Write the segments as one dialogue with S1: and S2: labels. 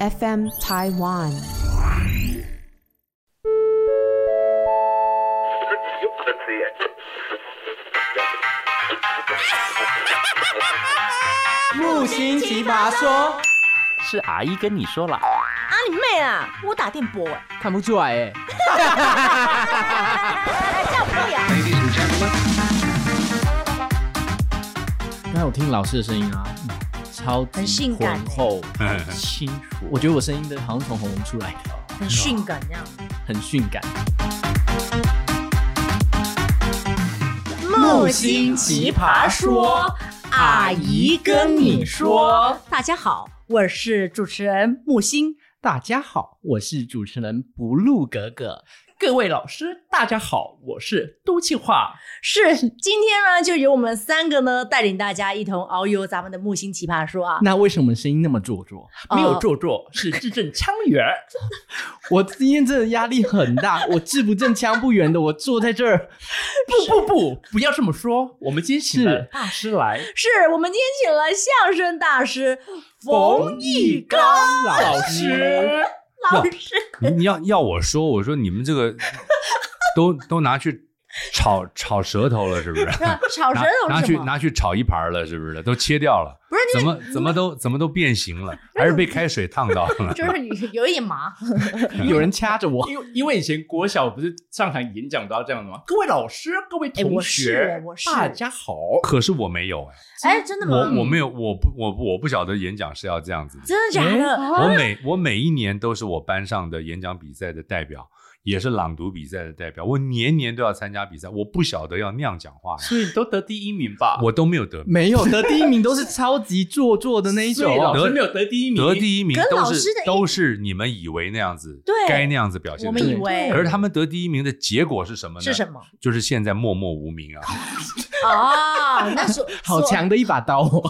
S1: FM Taiwan。
S2: Let's see it.
S3: 木星奇葩说，
S4: 是阿姨跟你说了，
S5: 啊你妹啊！我打电波哎、
S3: 看不出来哎。
S5: 欸，叫屁啊！
S3: 刚才我听老师的声音啊，嗯超级
S5: 很性感
S3: 浑厚、很清楚。我觉得我声音的好像从喉咙出来的，
S5: 很性感这样。
S3: 很性感。
S5: 木
S3: 星奇葩说，阿姨跟你说。
S5: 大家好，我是主持人木星。
S3: 大家好，我是主持人不露格格。各位老师，大家好，我是都气化。
S5: 是，今天呢，就由我们三个呢带领大家一同遨游咱们的木星奇葩说啊。
S3: 那为什么声音那么做作？
S5: 哦
S3: 没有做作，是字正腔圆。 我今天真的压力很大，我字不正腔不圆的，我坐在这儿。不不不，不要这么说。我们今天请了
S4: 是
S3: 大师来，
S5: 是我们今天请了相声大师冯
S3: 一刚老师。
S5: 老师，
S6: 你你要要我说，我说你们 这个都都拿去炒炒舌头了，是不是？
S5: 炒舌头
S6: 拿拿
S5: 是什
S6: 去
S5: 么？
S6: 拿去炒一盘了，是不是？都切掉了，
S5: 不是
S6: 怎么怎么都怎么都变形了，还是被开水烫到了？
S5: 就是你有一点麻，
S3: 有人掐着我，
S4: 因为因为以前国小不是上台演讲都要这样的吗？各位老师，各位
S5: 哎我
S4: 同学
S5: 是，我是
S4: 大家好。
S6: 可是我没有哎，
S5: 哎，真的吗？
S6: 我我没有，我不我不我不晓得演讲是要这样子的。
S5: 真的假的？
S6: 哎我每我每一年都是我班上的演讲比赛的代表，也是朗读比赛的代表，我年年都要参加比赛，我不晓得要那样讲话，
S4: 所以你都得第一名
S5: 啊
S4: 吧？
S6: 我都没有得名。
S3: 没有得第一名都是超级做作的那一
S4: 所
S3: 种
S4: 以。老师
S6: 得
S4: 没有得第一名，
S6: 得第一名
S5: 跟老
S6: 都
S5: 师
S6: 是
S5: 的意
S6: 都是你们以为那样子，
S5: 对
S6: 该那样子表现
S5: 我
S6: 的
S5: 们
S6: 人。
S5: 以为
S6: 可是他们得第一名的结果是什么呢？
S5: 哎是什么？
S6: 就是现在默默无名啊！
S5: 哦，那 所
S3: 好
S5: 所
S3: 强的一把刀哦！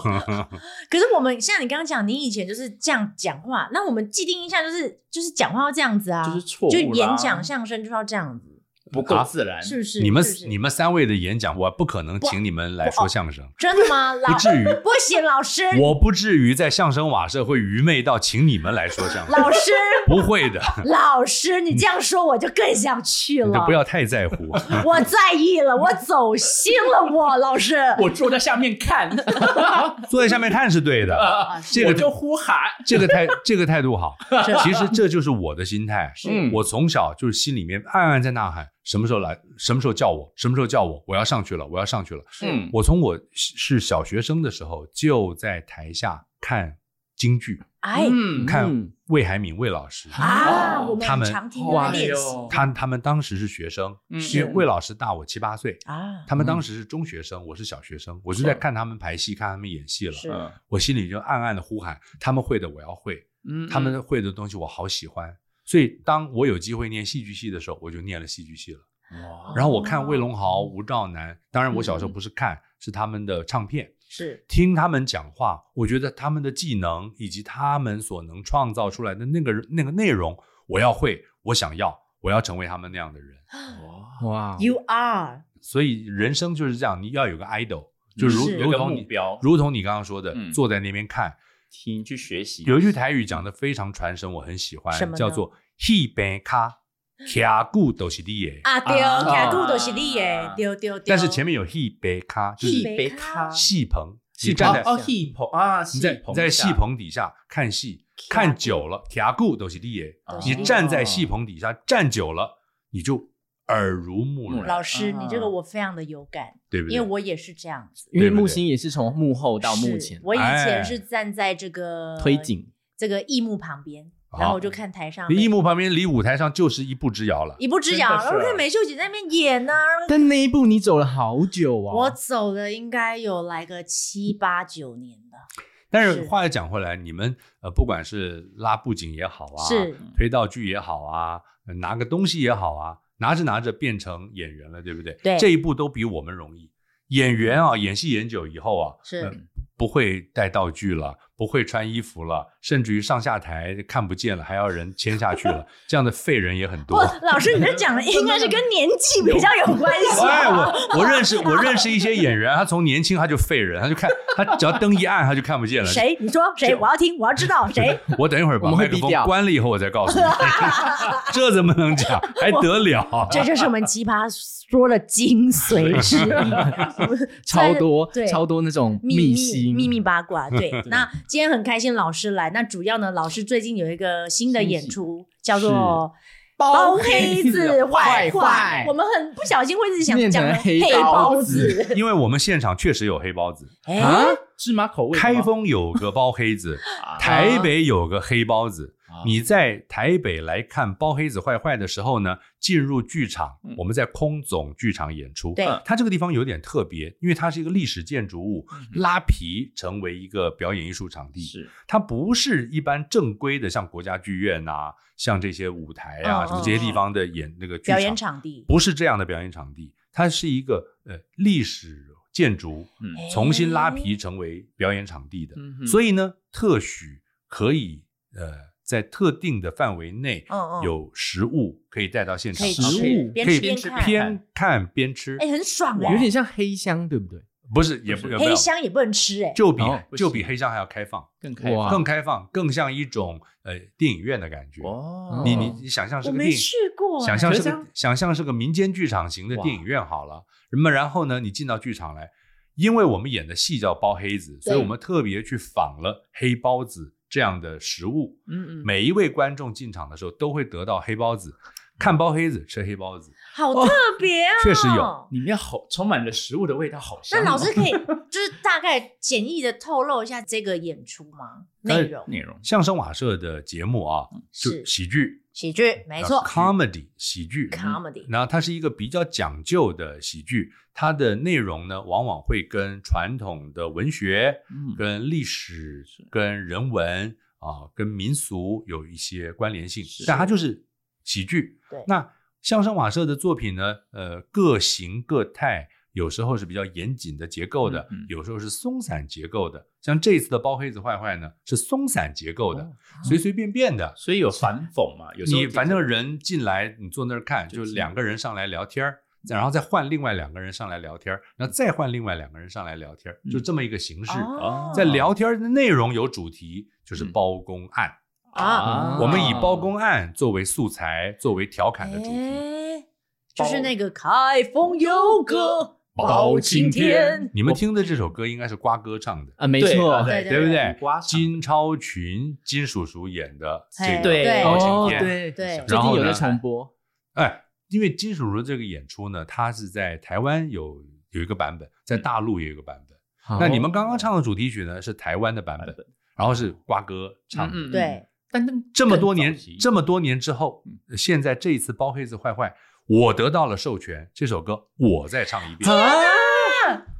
S5: 可是我们像你刚刚讲，你以前就是这样讲话，那我们既定印象就是就是讲话要这样子 啊，
S4: 就是错误啦
S5: 就演讲相声就要这样子，
S4: 不够自然。
S5: 是不是？
S6: 哎你们
S5: 是不是
S6: 你们三位的演讲，我不可能请你们来说相声，
S5: 真的 吗？老
S6: 不至于，
S5: 不哦行，老师，
S6: 我不至于在相声瓦舍会愚昧到请你们来说相声，
S5: 老师，
S6: 不 会的，
S5: 老师，你这样说我就更想去
S6: 你
S5: 了
S6: 都。不要太在乎。
S5: 我在意了，我走心了我，老师。
S4: 我坐在下面看，
S6: 坐在下面看是 对的，
S5: 啊
S6: 这个
S4: 我就呼喊，
S6: 这个态这个态度好。其实这就是我的心 态，
S4: 嗯
S6: 我从小就是心里面暗暗在呐喊，什么时候来，什么时候叫我，什么时候叫我，我要上去了，我要上去了。
S4: 嗯，
S6: 我从我是小学生的时候就在台下看京剧，
S5: 哎
S4: 嗯
S6: 看魏海敏魏老师，
S5: 啊，
S4: 哦
S5: 我们
S6: 他们
S5: 常听
S4: 哇
S5: 他练习
S4: 哎呦
S6: 他他们当时是学生，
S4: 嗯
S6: 因为魏老师大我七八岁，
S5: 啊，
S6: 他们当时是中学生，我是小学生，我就在看他们排戏，看他们演戏
S5: 是
S6: 了。
S4: 嗯
S6: 我心里就暗暗的呼喊，他们会的我要会，
S4: 嗯
S6: 他们会的东西我好喜欢。所以当我有机会念戏剧系的时候，我就念了戏剧系了。
S4: 哇
S6: 然后我
S5: 哦
S6: 看魏龙豪、吴兆南，当然我小
S4: 嗯
S6: 时候不是看，是他们的唱片。
S5: 是
S6: 听他们讲话，我觉得他们的技能以及他们所能创造出来的那个那个内容，我要会，我想要，我要成为他们那样的人。
S3: 哇，
S5: You are
S6: 所以人生就是这样，你要有个 idol，就如
S5: 是
S4: 有
S6: 如
S4: 个
S6: 同
S4: 目
S6: 你
S4: 标，
S6: 如同你刚刚说的，
S4: 嗯
S6: 坐在那边看。
S4: 听去学习，
S6: 有一句台语讲的非常传神，我很喜
S5: 什么
S6: 欢，
S5: 呢
S6: 叫做“戏边卡卡固都是你耶
S5: 啊，对，
S4: 啊
S5: 卡古都是你耶，对哦对对”，。
S6: 但是前面有“戏边卡”，就
S4: 一
S6: 是
S4: 杯咖，
S6: 戏棚，
S3: 戏
S6: 你站在
S3: 棚
S4: 哦，戏棚啊，
S6: 你在
S4: 戏棚
S6: 你在
S4: 下
S6: 戏棚底下看戏，
S5: 徛
S6: 看久了，铁固都是你的
S4: 都
S5: 是你
S6: 你
S5: 的
S6: 站在戏棚底下站久了，你就耳濡目
S4: 目
S6: 染，
S4: 染
S5: 嗯老师，
S4: 啊
S5: 你这个我非常的有感，
S6: 对不对？
S5: 因为我也是这样子。
S3: 因为
S6: 对不对
S3: 木星也是从幕后到幕前
S5: 是我以前
S6: 哎是
S5: 是站在这个
S3: 推进，
S5: 这个艺幕旁边，
S6: 好
S5: 然后我就看台上
S6: 离艺幕旁边，离舞台上就是一步之遥了。
S5: 一步之遥，
S4: 真的是
S5: 然后看美秀姐在那边演呢、
S3: 但那一步你走了好久哦。
S5: 我走了应该有来个七八九年吧，
S6: 但
S5: 是
S6: 是话又讲回来，你们呃，不管是拉布景也好啊，
S5: 是
S6: 推道具也好啊，呃拿个东西也好啊，拿着拿着变成演员了，对不对？
S5: 对
S6: 这一步都比我们容易。演员啊，演戏演久以后啊，
S5: 是
S6: 呃不会带道具了，不会穿衣服了，甚至于上下台看不见了，还要人牵下去了， 这样的废人也很
S5: 不
S6: 多。，
S5: 老师，你这讲的应该是跟年纪比较有关系
S6: 哎，
S5: 吧。
S6: 我我认识我认识一些演员，他从年轻他就废人，他就看他只要灯一暗他就看不见了。
S5: 谁？你说谁？我要听，我要知道谁。
S6: 我等一会儿把
S3: 我们会
S6: 麦克
S3: 逼
S6: 风
S3: 掉
S6: 关了以后，我再告诉你， 这怎么能讲？还得了？
S5: 这就是我们奇葩说的精髓之一，
S3: 超多
S5: 对
S3: 超多那种
S5: 秘密
S3: 辛
S5: 秘密八卦。对，那今天很开心老师来，那主要呢，老师最近有一个新的演出叫做。包黑子坏
S3: 哦坏坏
S5: 我们很不小心会是想
S3: 念成
S5: 讲
S3: 黑
S5: 包
S3: 包
S5: 子，
S6: 因为我们现场确实有黑包子，
S5: 哎、
S3: 啊，芝麻口味的吗
S6: 开封有个包黑子，
S4: 啊
S6: 台北有个黑包子
S4: 啊。
S6: 你在台北来看包黑子坏坏的时候呢，进入剧场
S4: 嗯，
S6: 我们在空总剧场演出。
S5: 对
S4: 嗯
S6: 它这个地方有点特别，因为它是一个历史建筑物，拉皮成为一个表演艺术场地。
S4: 是
S6: 它不是一般正规的，像国家剧院呐、像这些舞台啊，
S5: 嗯
S6: 什么这些地方的演那个剧
S5: 表演场地
S6: 不是这样的表演场地，它是一个呃历史建筑，
S4: 嗯
S6: 重新
S5: 哎
S6: 拉皮成为表演场地的。
S4: 嗯哼
S6: 所以呢，特许可以呃在特定的范围内
S5: 嗯嗯
S6: 有食物可以带到现场
S5: 可以，
S6: 食
S5: 吃
S6: 物
S5: 边
S6: 可以
S5: 吃边看
S6: 边看边吃
S5: 哎、，很爽哎、
S3: 有点像黑箱，对不对？
S6: 不是也不
S4: 不是
S6: 也没有
S5: 黑箱也不能吃哎、
S6: 就比
S3: 哦
S4: 不
S6: 就比
S4: 行
S6: 黑箱还要开放。
S4: 更开
S3: 哇
S4: 放
S6: 更开放，更像一种呃电影院的感觉。
S4: 哦
S6: 你你你想象是
S5: 我
S6: 个
S5: 没
S6: 电影，
S5: 去过、哎
S6: 想象
S4: 可
S6: 是
S4: 是这
S6: 个
S4: 样
S6: 想象是个民间剧场型的电影院好了。那么然后呢，你进到剧场来，因为我们演的戏叫包黑子，所以我们特别去仿了黑包子这样的食物。
S4: 嗯嗯，
S6: 每一位观众进场的时候都会得到黑包子，看包黑子吃黑包子，
S5: 好特别啊、
S6: 确实有。
S4: 里面好充满了食物的味道，好香
S5: 那
S4: 哦。
S5: 老师可以就是大概简易的透露一下这个演出吗？内容、
S4: 内容
S6: 相声瓦舍的节目啊，就是喜剧，
S5: 喜剧，嗯没错
S6: 呃，comedy 喜剧
S5: ，comedy，
S6: 然后它是一个比较讲究的喜剧，它的内容呢，往往会跟传统的文学、
S4: 嗯
S6: 跟历史、跟人文啊、跟民俗有一些关联性，但它就是喜剧
S5: 对。
S6: 那相声瓦舍的作品呢，呃，各形各态，有时候是比较严谨的结构的，
S4: 嗯嗯
S6: 有时候是松散结构的。像这一次的包黑子坏坏呢，是松散结构的，
S4: 哦
S6: 随随便便的，
S4: 所以有反讽嘛，有时候
S6: 你
S4: 就是
S6: 反正人进来，你坐那儿看，就
S4: 就
S6: 两个人上来聊天儿，然后再换另外两个人上来聊天儿，然后再换另外两个人上来聊天儿，
S4: 嗯
S6: 就这么一个形式。
S5: 哦
S6: 在聊天儿的内容有主题，就是
S4: 嗯
S6: 包公案。
S5: 啊，
S4: 啊
S6: 我们以包公案作为素材，作为调侃的主题。
S5: 哎就是那个开封有个包青天，
S6: 你们听的这首歌应该是瓜哥唱的，
S3: 啊，没
S4: 对啊
S3: 错，
S5: 哦对
S6: 对不对
S4: 苦瓜？唱
S6: 金超群、金叔叔演的这
S5: 哎
S6: 个
S5: 对
S6: 包
S3: 哦
S6: 青，天。
S3: 对
S5: 对
S3: 最
S6: 然
S3: 近
S6: 后
S3: 有
S6: 呢
S3: 在重播，
S6: 哎，因为金属如这个演出呢，它是在台湾有有一个版本，
S4: 嗯
S6: 在大陆也有一个版本。那你们刚刚唱的主题曲呢，是台湾的版本，
S4: 哦版本
S6: 然后是瓜哥唱
S4: 嗯
S6: 的。
S4: 嗯
S5: 对，
S4: 但那
S6: 这么多年
S4: 更早期，嗯
S6: 这么多年之后，现在这一次包黑子坏坏，我得到了授权，这首歌我再唱一遍。
S4: 啊
S5: 啊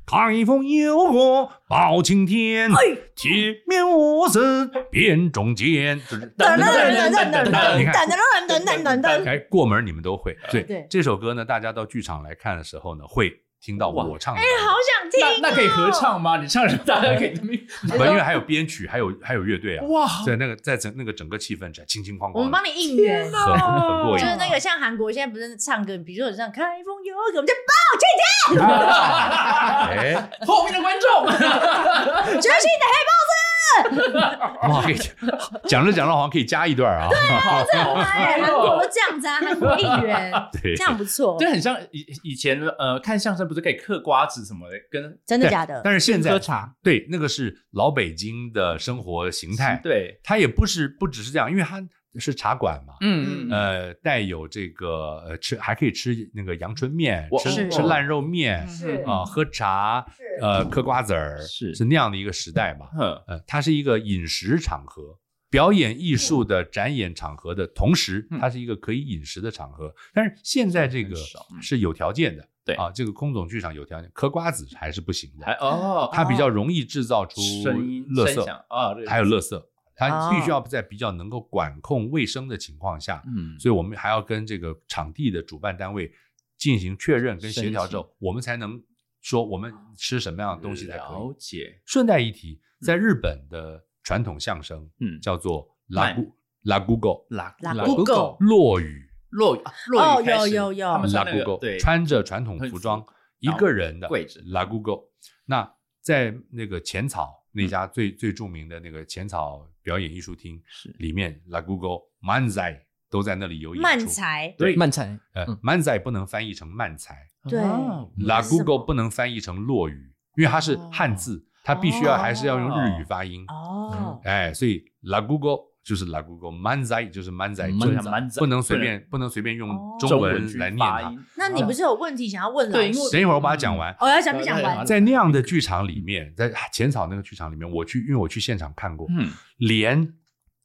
S6: 开封有我包青天，
S5: 哎
S6: 铁面无私辨忠奸。就是
S5: 噔噔噔噔噔噔
S6: 你看
S5: 噔噔噔噔噔噔，
S6: 哎，过门你们都
S4: 啊
S6: 会。对
S5: 对
S6: 这首歌呢，大家到剧场来看的时候呢，会听到我唱的。
S5: 哎好想听啊
S4: 那那可以合唱吗？你唱什么？大家可以
S6: 不，因为还有编曲，还有还有乐队啊。
S4: 哇，
S6: 在那个在整那个整个气氛，轻轻哐
S5: 我们
S6: 哐
S5: 帮
S6: 的，
S5: 你应援，
S6: 很很过
S5: 就
S6: 瘾。
S5: 是那个像韩国现在不是唱歌，比如说像开封有个，我们就
S6: 哎，
S4: 后面的观众
S5: 包绝世的
S6: 哇，可以讲着讲着好像可以加一段啊。
S5: 黑白，哎韩国都这样子啊，韩国应 援，
S6: 对
S5: 这样不错，
S4: 对，很像以以前呃看相声不是可以嗑瓜子什么的，跟
S5: 真的假的？
S6: 但是现在
S3: 喝茶，
S6: 对那个是老北京的生活形态，
S3: 嗯
S4: 对，
S6: 它也不是不只是这样，因为它是茶馆嘛，
S3: 嗯嗯，
S6: 呃，带有这个呃吃还可以吃那个阳春面，
S4: 我
S6: 吃
S5: 是嗯
S6: 吃烂肉面
S5: 是哦
S6: 啊、喝茶
S5: 是
S6: 呃嗑瓜子儿
S4: 是
S6: 是那样的一个时代嘛，
S4: 哼，
S6: 呃，它是一个饮食场合。表演艺术的展演场合的同时，
S4: 嗯
S6: 它是一个可以饮食的场合。但是现在这个
S4: 很少嗯
S6: 是有条件的，
S4: 对
S6: 啊，这个空总剧场有条件，嗑瓜子还是不行
S4: 还
S6: 的，
S4: 哦，
S6: 它比较容易制造嗯出
S4: 声音
S6: 垃
S4: 声响
S6: 圾，
S4: 啊，这个
S6: 还有垃圾，它必须
S5: 哦
S6: 要在比较能够管控卫生的情况下，
S4: 嗯，
S6: 所以我们还要跟这个场地的主办单位进行确认跟协调之
S4: 申
S6: 后，我们才能说我们吃什么样的东西才可以
S4: 了。解，
S6: 顺带一提，在日本的传统相声，
S4: 嗯哦
S6: 叫做拉
S4: 慢
S6: 古拉古狗
S4: 拉
S5: 拉
S4: 拉
S5: 古
S4: 古
S5: 狗
S6: 落雨，
S4: 落雨啊落
S5: 哦
S4: 雨开始
S5: 有有有
S4: 他们
S6: 拉
S4: 穿那
S6: 古
S4: 个
S6: 狗
S4: 对
S6: 穿着传统
S4: 很
S6: 服装
S4: 服，
S6: 一个人的
S4: 跪着
S6: 拉古狗。那在那个浅草
S4: 嗯
S6: 那家最最著名的那个浅草表演艺术厅
S4: 是
S6: 里面，拉古狗漫仔都在那里有演
S5: 慢
S6: 出。
S5: 才
S4: 对
S3: 漫才
S6: 呃
S3: 嗯，
S6: 漫仔不能翻译成漫才，
S5: 对
S4: 哦
S6: 拉
S5: 是
S6: 古狗
S5: 吗
S6: 不能翻译成落雨，因为它是汉字，它必须要还是要用日语发音。
S5: 哦，
S6: 哎，所以拉古狗就是拉古狗，漫仔就是漫仔，
S3: 嗯
S6: 就是
S3: 漫仔
S4: 漫仔
S6: 不能随便不能随便
S5: 哦
S6: 用
S4: 中
S6: 中
S4: 文
S6: 文
S4: 去
S6: 来念啊
S4: 发
S6: 它。
S4: 音
S5: 那你不是有问题想要问老
S4: 对因
S5: 师？
S4: 为
S6: 等一会儿我把它讲完。
S5: 哦，要想不想
S4: 对对
S5: 玩
S4: 对？
S6: 在那样的剧场里面，在浅草那个剧场里面，我去，因为我去现场看过，
S4: 嗯，
S6: 连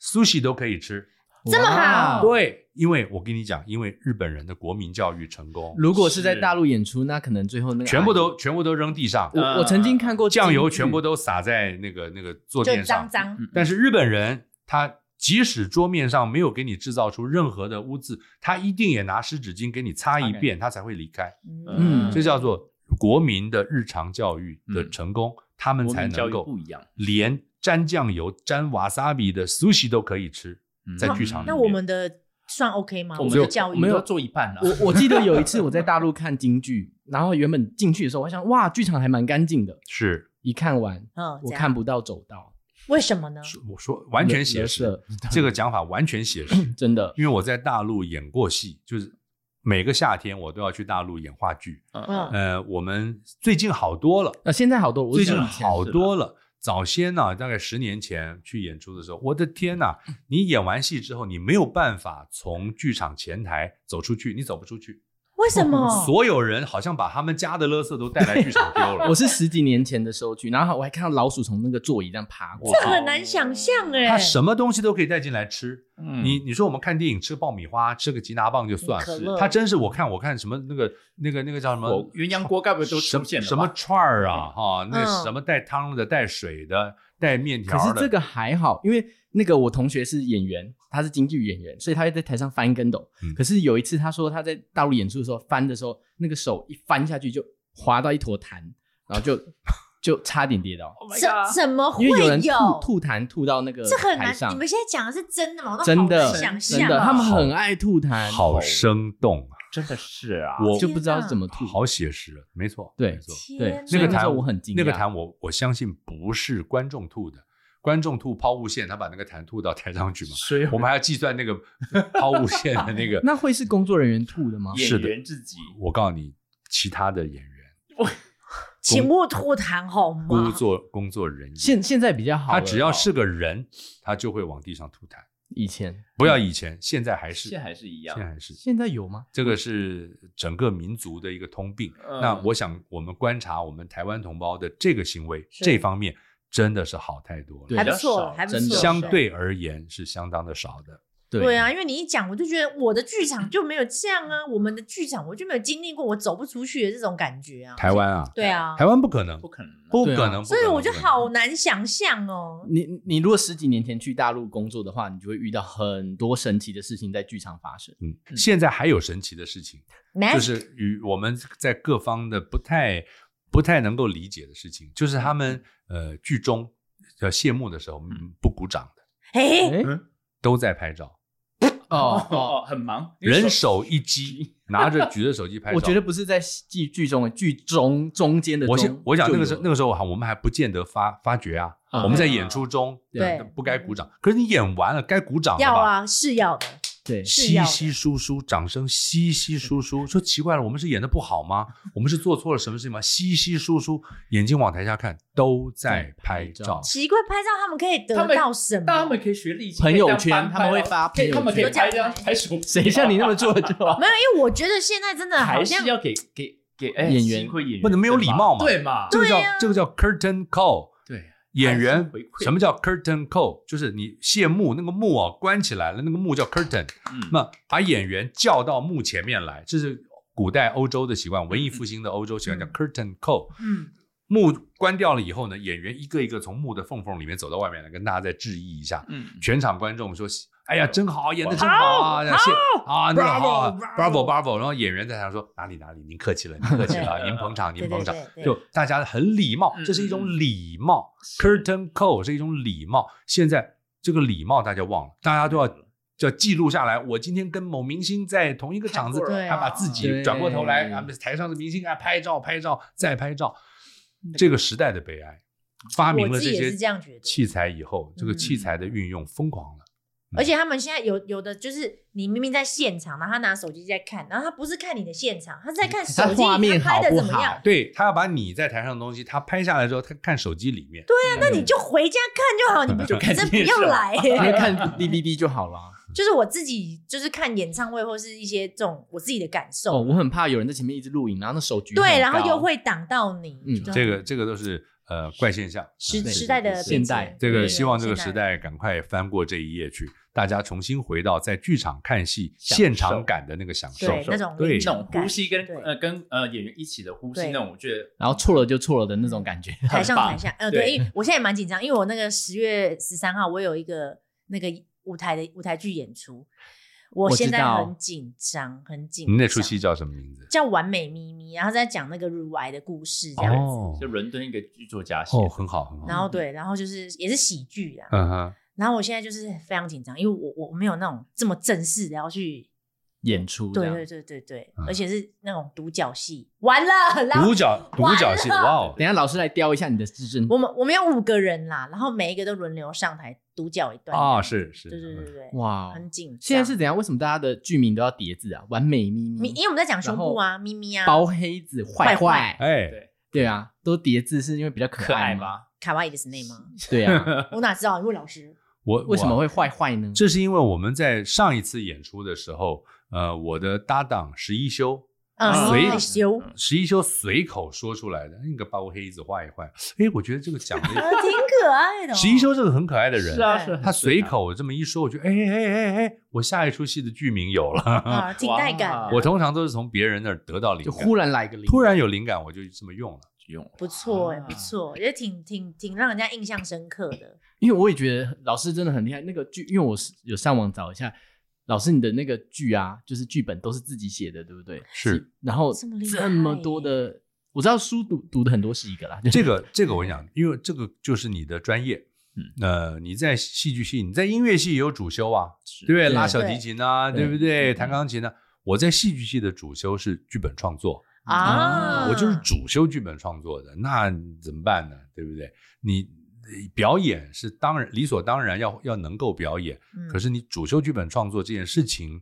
S6: sushi 都可以吃。
S5: 这么好
S3: 哇
S6: 对，因为我跟你讲，因为日本人的国民教育成功，
S3: 如果是在
S4: 是
S3: 大陆演出，那可能最后那个
S6: 全部
S3: 阿
S6: 都全部都扔地上
S3: 姨。，我我曾经看过
S6: 酱油
S3: 京剧
S6: 全部都洒在那个那个坐
S5: 就
S6: 垫
S5: 脏
S6: 上。
S5: 脏
S4: 嗯
S6: 但是日本人他即使桌面上没有给你制造出任何的污渍，他一定也拿湿纸巾给你擦一
S4: 擦干
S6: 遍，他才会离开。
S3: 嗯
S6: 这叫做国民的日常教育的
S4: 嗯
S6: 成功，他们
S4: 国
S6: 才
S4: 民教
S6: 能
S4: 育
S6: 够
S4: 不一样。
S6: 连沾酱油、沾瓦萨比的 sushi 都可以吃。
S4: 嗯
S6: 在剧场里
S5: 那
S6: 面
S5: 我们的算 OK 吗？
S4: 我
S5: 我
S4: 们
S5: 们的教育
S4: 没有做一半了，
S3: 我我记得有一次我在大陆看京剧，然后原本进去的时候，我还想哇，剧场还蛮干净的。
S6: 是，
S3: 一看完，
S5: 嗯，
S3: 我
S5: 这样
S3: 看不到走道，
S5: 为什么呢？
S6: 我说完全写
S3: 人
S6: 实，
S3: 人设
S6: 这个讲法完 全写实，
S3: 真的
S6: 因为我在大陆演过戏，就是每个夏天我都要去大陆演话剧。
S5: 嗯
S6: 呃，我们最近好多了，
S3: 呃，现在好多，我
S6: 最
S3: 啊是
S6: 近
S3: 想
S6: 好多了。早先呢、大概十年前去演出的时候，我的天 呐！你演完戏之后，你没有办法从剧场前台走出去，你走不出去。
S5: 为什么？
S3: 哦
S6: 所有人好像把他们家的垃圾都带来剧场丢了。
S3: 我是十几年前的时候去，然后我还看到老鼠从那个座椅上爬过。
S5: 这很难想象哎。
S6: 他什么东西都可以带进来吃。
S4: 嗯
S6: 你你说我们看电影吃爆米花，吃个吉拿棒就算
S5: 可乐
S6: 了，他真是我看我看什么那个那个那个叫什么
S4: 我鸳鸯锅该不会都
S6: 什
S4: 出
S6: 么
S4: 现了吧
S6: 什么串儿啊哈，那
S5: 嗯
S6: 什么带汤的、带水的、带面条
S3: 可是
S6: 的，
S3: 这个还好，因为那个我同学是演员，他是京剧演员，所以他会在台上翻跟斗。
S6: 嗯
S3: 可是有一次，他说他在大陆演出的时候翻的时候，那个手一翻下去就滑到一坨痰，然后就 就差点跌倒，
S4: Oh my
S5: 怎
S4: god
S5: 怎么会
S3: 因为有人吐
S5: 有？
S3: 吐痰吐到那个
S5: 这很
S3: 台
S5: 难。
S3: 上
S5: 你，们现在讲的是真的吗？我都
S3: 真
S5: 好
S3: 的
S5: 难想象
S3: 真的，
S5: 哦
S3: 他们很爱吐痰，
S6: 好生动啊，
S4: 真的是啊，
S6: 我
S3: 就不知道是怎么吐。
S6: 好写实，没错，
S3: 对
S6: 没错。
S3: 对
S5: 天，
S3: 所
S6: 那
S3: 以
S6: 个
S3: 时候
S6: 痰
S3: 我很惊讶，
S6: 那个痰我我相信不是观众吐的，观众吐抛物线，他把那个痰吐到台上去嘛，
S4: 所以
S6: 我们还要计算那个抛物线的那 个。
S3: 那会是工作人员吐的吗？
S6: 是
S4: 演
S6: 的
S4: 员自己
S6: 我告诉你，其他的演员
S5: 请勿吐痰好
S6: 工
S5: 吗？
S6: 作工作人员，
S3: 现现在比较好了，
S6: 他只要是个人，他就会往地上吐痰。
S3: 以前，
S6: 不要以前，现在还是，
S4: 现在还是一样
S6: 现在还是。
S3: 现在有吗？
S6: 这个是整个民族的一个通病。
S4: 嗯
S6: 那我想，我们观察我们台湾同胞的这个行为，
S5: 是
S6: 这方面真的是好太多
S3: 对
S5: 还
S6: 了，
S5: 不错
S4: 比较少
S5: 了，还不错
S3: 真的
S5: 了。
S6: 相对而言是相当的少的。
S3: 对
S5: 对啊，因为你一讲，我就觉得我的剧场就没有这样啊，我们的剧场我就没有经历过我走不出去的这种感觉啊。
S6: 台湾啊，
S5: 对啊，
S6: 台湾不可能，
S4: 不可能啊，
S6: 不
S3: 对啊
S6: 可能，
S5: 所以
S6: 不可能
S5: 我就好难想象哦。
S3: 你你如果十几年前去大陆工作的话，你就会遇到很多神奇的事情在剧场发生。
S6: 嗯，现在还有神奇的事情，
S5: 没
S6: 就是与我们在各方的不太不太能够理解的事情，就是他们呃剧中呃谢幕的时候嗯不鼓掌的，
S5: 哎，
S3: 哎
S6: 都在拍照，
S3: 哦，
S4: 哦，很忙，
S6: 人手一机，拿着举着手机拍照。
S3: 我觉得不是在剧剧中，剧中中间的中
S6: 我想我想那个时候那
S3: 个
S6: 个时候哈，我们还不见得发发觉啊，
S3: 啊
S6: 我们在演出中
S5: 对
S6: 呃不该鼓掌，可是你演完了该鼓掌了
S5: 要
S6: 吧？
S5: 啊，是要的。
S3: 对
S5: 是
S6: 稀
S5: 要的
S6: 稀疏疏，掌声稀稀疏疏，说奇怪了，我们是演的不 好吗？我们是做错了什么事情吗？稀稀疏疏，眼睛往台下看，都在拍
S3: 在拍照
S6: 照。
S5: 奇怪，拍照他们可以得
S4: 他们
S5: 到什
S4: 但他
S5: 么
S4: 们？可以学力气，
S3: 朋友圈
S4: 可以当班拍
S3: 他们会发
S4: 可以他们可
S5: 朋
S4: 以
S5: 友圈
S4: 拍这样拍手 机啊，
S3: 谁像你那么 做作啊？
S5: 没有，因为我觉得现在真的好
S4: 还
S5: 像
S4: 是要给给给哎
S3: 演员
S4: 幸亏演员
S6: 不能没有礼貌嘛
S4: 对嘛？
S6: 这个叫这个叫 curtain call，
S4: 对，
S6: 演
S4: 还
S6: 员
S4: 是回馈
S6: 什么叫 curtain call？就是你谢幕那个幕啊关起来了，那个幕叫 curtain，
S4: 嗯
S6: 那把演员叫到幕前面来，这是古代欧洲的习惯，文艺复兴的欧洲习惯叫 curtain call。
S5: 嗯，
S6: 幕关掉了以后呢，演员一个一个从幕的缝缝里面走到外面来，跟大家再致意一下。
S4: 嗯
S6: 全场观众说：“哎呀，真好，演的真好啊！谢啊，那好啊
S4: Bravo，
S6: ，Bravo，Bravo。然后演员在台上说哪里哪里，您客气了，您客气了，
S5: 对
S6: 您捧场，您
S5: 对
S6: 捧
S5: 对
S6: 场，
S5: 对嗯
S6: 就
S5: 对，
S6: 大家很礼貌，
S4: 嗯
S6: 这是一种礼貌。Curtain call 是一种礼貌。现在这个礼貌大家忘了，大家都要
S5: 嗯
S6: 要记录下来。我今天跟某明星在同一个场子
S4: 看
S5: 过了，
S6: 还把自己转过头来，
S3: 对
S6: 啊，台上的明星啊拍照拍照再拍照，这个时代的悲哀。发明
S5: 嗯我
S6: 了
S5: 自己也
S6: 些
S5: 是这样觉得
S6: 器材以后，这个
S5: 嗯
S6: 器材的运用疯狂了。
S5: 而且他们现在有有的就是你明明在现场，然后他拿手机在看，然后他不是看你的现场，他是在看手
S3: 他
S5: 机
S3: 画
S5: 里
S3: 面
S5: 面拍
S3: 好
S5: 的
S3: 不
S5: 怎么样
S3: 好？。
S6: 对他要把你在台上的东西，他拍下来之后，他看手机里面。
S5: 对啊，那你就回家看就好，你不
S4: 就看
S5: 这
S4: 电
S5: 不
S4: 视
S5: 用
S4: 了
S5: 来。
S3: 因 为看 DVD 就好了。啊
S5: 就是我自己就是看演唱会或是一些这种我自己的感受，
S3: 哦，我很怕有人在前面一直录影，然后那手举很
S5: 对，然后
S3: 高
S5: 又会挡到你。
S3: 嗯
S5: 就
S6: 这个这个都是呃怪现象。
S5: 时
S3: 对
S5: 时代的
S3: 现
S5: 变
S3: 代
S5: 迁
S6: 这
S5: 对
S6: 个
S5: 对
S6: 希望这个
S5: 现
S6: 时代赶快翻过这一页去，大家重新回到在剧场看戏现场感的那个享受。
S5: 对那种
S6: 对
S5: 临
S4: 那
S5: 场
S4: 种呼吸跟
S5: 对
S4: 呃跟呃演员一起的呼吸
S5: 对
S4: 那种，我觉得
S3: 然后错了就错了的那种感觉。
S5: 台上
S4: 很棒
S5: 台下，嗯，
S4: 对
S5: 对，因为我现在也蛮紧张，因为我那个十月十三号我有一个那个舞台的舞台剧演出，我
S3: 我
S5: 现
S3: 知
S5: 在
S3: 道
S5: 很紧张，很紧张。
S6: 您那出戏叫什么名字？
S5: 叫《完美咪咪》，然后在讲那个乳癌的故事这样子。
S6: 哦
S4: 就伦敦一个剧作家写
S6: 哦，
S4: 的，
S6: 很好很好。
S5: 然后对，然后就是也是喜剧啦。
S6: 嗯哼，
S5: 然后我现在就是非常紧张，因为我我我没有那种这么正式的要去
S3: 演出这
S5: 对
S3: 样
S5: 对对对对，
S6: 嗯
S5: 而且是那种独角戏，完了，然后
S6: 独角独角戏，哇哦，
S3: 等一下老师来雕一下你的自证。
S5: 我们我们有五个人啦，然后每一个都轮流上台独角一段
S6: 啊，，是是，
S5: 对对对对，
S3: 哇，
S5: 很紧张。
S3: 哦现在是怎样？为什么大家的剧名都要叠字啊？完美咪
S5: 咪，
S3: 咪
S5: 因、为我们在讲胸部啊，咪咪啊，
S3: 包黑子、坏
S5: 坏坏
S3: 坏，
S6: 哎，
S4: 对
S3: 对啊，都叠字是因为比较可
S4: 可爱
S3: 爱嘛。
S4: 吧？
S5: 卡哇伊的 s n a 吗？
S3: 对啊，
S5: 我哪知道？因为老师
S6: 我
S3: 为什么
S6: 会？
S3: 会坏坏呢？
S6: 这是因为我们在上一次演出的时候，呃，我的搭档十一修，
S5: 嗯，
S6: 所以
S5: 害羞，
S6: 十一修随口说出来的，那个包黑子画一画，哎，我觉得这个讲
S5: 啊
S6: 的，
S5: 挺可爱的哦。
S6: 十一修是个很可爱的人，
S4: 是啊，是啊
S6: 他随口这么一说，我就哎哎哎哎，我下一出戏的剧名有了。
S5: 啊，挺带感的，
S6: 我通常都是从别人那儿得到灵
S3: 就
S6: 感，
S3: 忽然来个零，
S6: 突然有灵感，我就这么用了。
S4: 用
S5: 不错哎，
S4: 啊
S5: 不错，也挺挺挺让人家印象深刻的。
S3: 因为我也觉得老师真的很厉害。那个剧，因为我是有上网找一下，老师你的那个剧啊，就是剧本都是自己写的，对不对？
S6: 是
S3: 然后
S5: 这么厉害
S3: 这么多的，我知道书读读的很多是一个啦，就是
S6: 这个，这个我跟你讲，因为这个就是你的专业。嗯，呃，你在戏剧系，你在音乐系也有主修啊，对不对？
S3: 对
S6: 拉小提琴啊，对
S3: 对嗯
S6: 不对？弹钢琴啊。我在戏剧系的主修是剧本创作，
S5: 啊，
S6: 我就是主修剧本创作的，那怎么办呢？对不对？你呃表演是当然理所当然要要能够表演，
S5: 嗯，
S6: 可是你主修剧本创作这件事情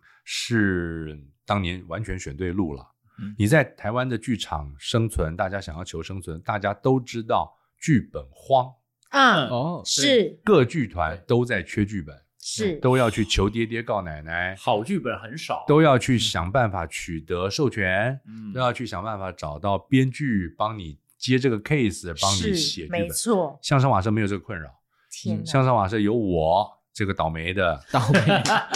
S6: 是当年完全选对路了
S4: 嗯。
S6: 你在台湾的剧场生存，大家想要求生存，大家都知道剧本荒，
S5: 啊，
S3: 哦，
S5: 是
S6: 各剧团都在缺剧本，
S5: 是，
S6: 嗯都要去求爹爹告奶奶，
S4: 好剧本很少，
S6: 都要去想办法取得授权，
S4: 嗯
S6: 都要去想办法找到编剧帮你接这个 case，帮你
S5: 是
S6: 写剧
S5: 没
S6: 本。
S5: 错，
S6: 相声瓦舍没有这个困扰，
S5: 天哪，
S6: 相声瓦舍有我这个倒霉的，
S3: 倒霉，